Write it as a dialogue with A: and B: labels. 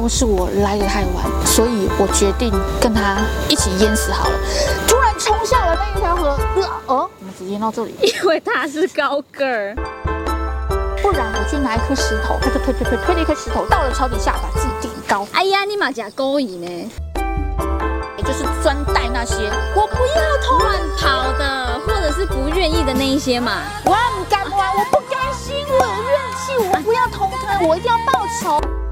A: 重视我来的太晚，所以我决定跟他一起淹死好了。突然冲下了那一条河，呃哦，我们只淹到这里，
B: 因为他是高个儿。
A: 不然我去拿一颗石头，推推推推推推了一颗石头到了桥底下，把自己顶高，
B: 哎呀，你嘛假勾引呢？
A: 也就是钻带那些我不要偷
B: 乱跑的，或者是不愿意的那一些嘛。
A: 我不甘，我我不甘心，我有怨气，我不要同吞，我一定要报仇。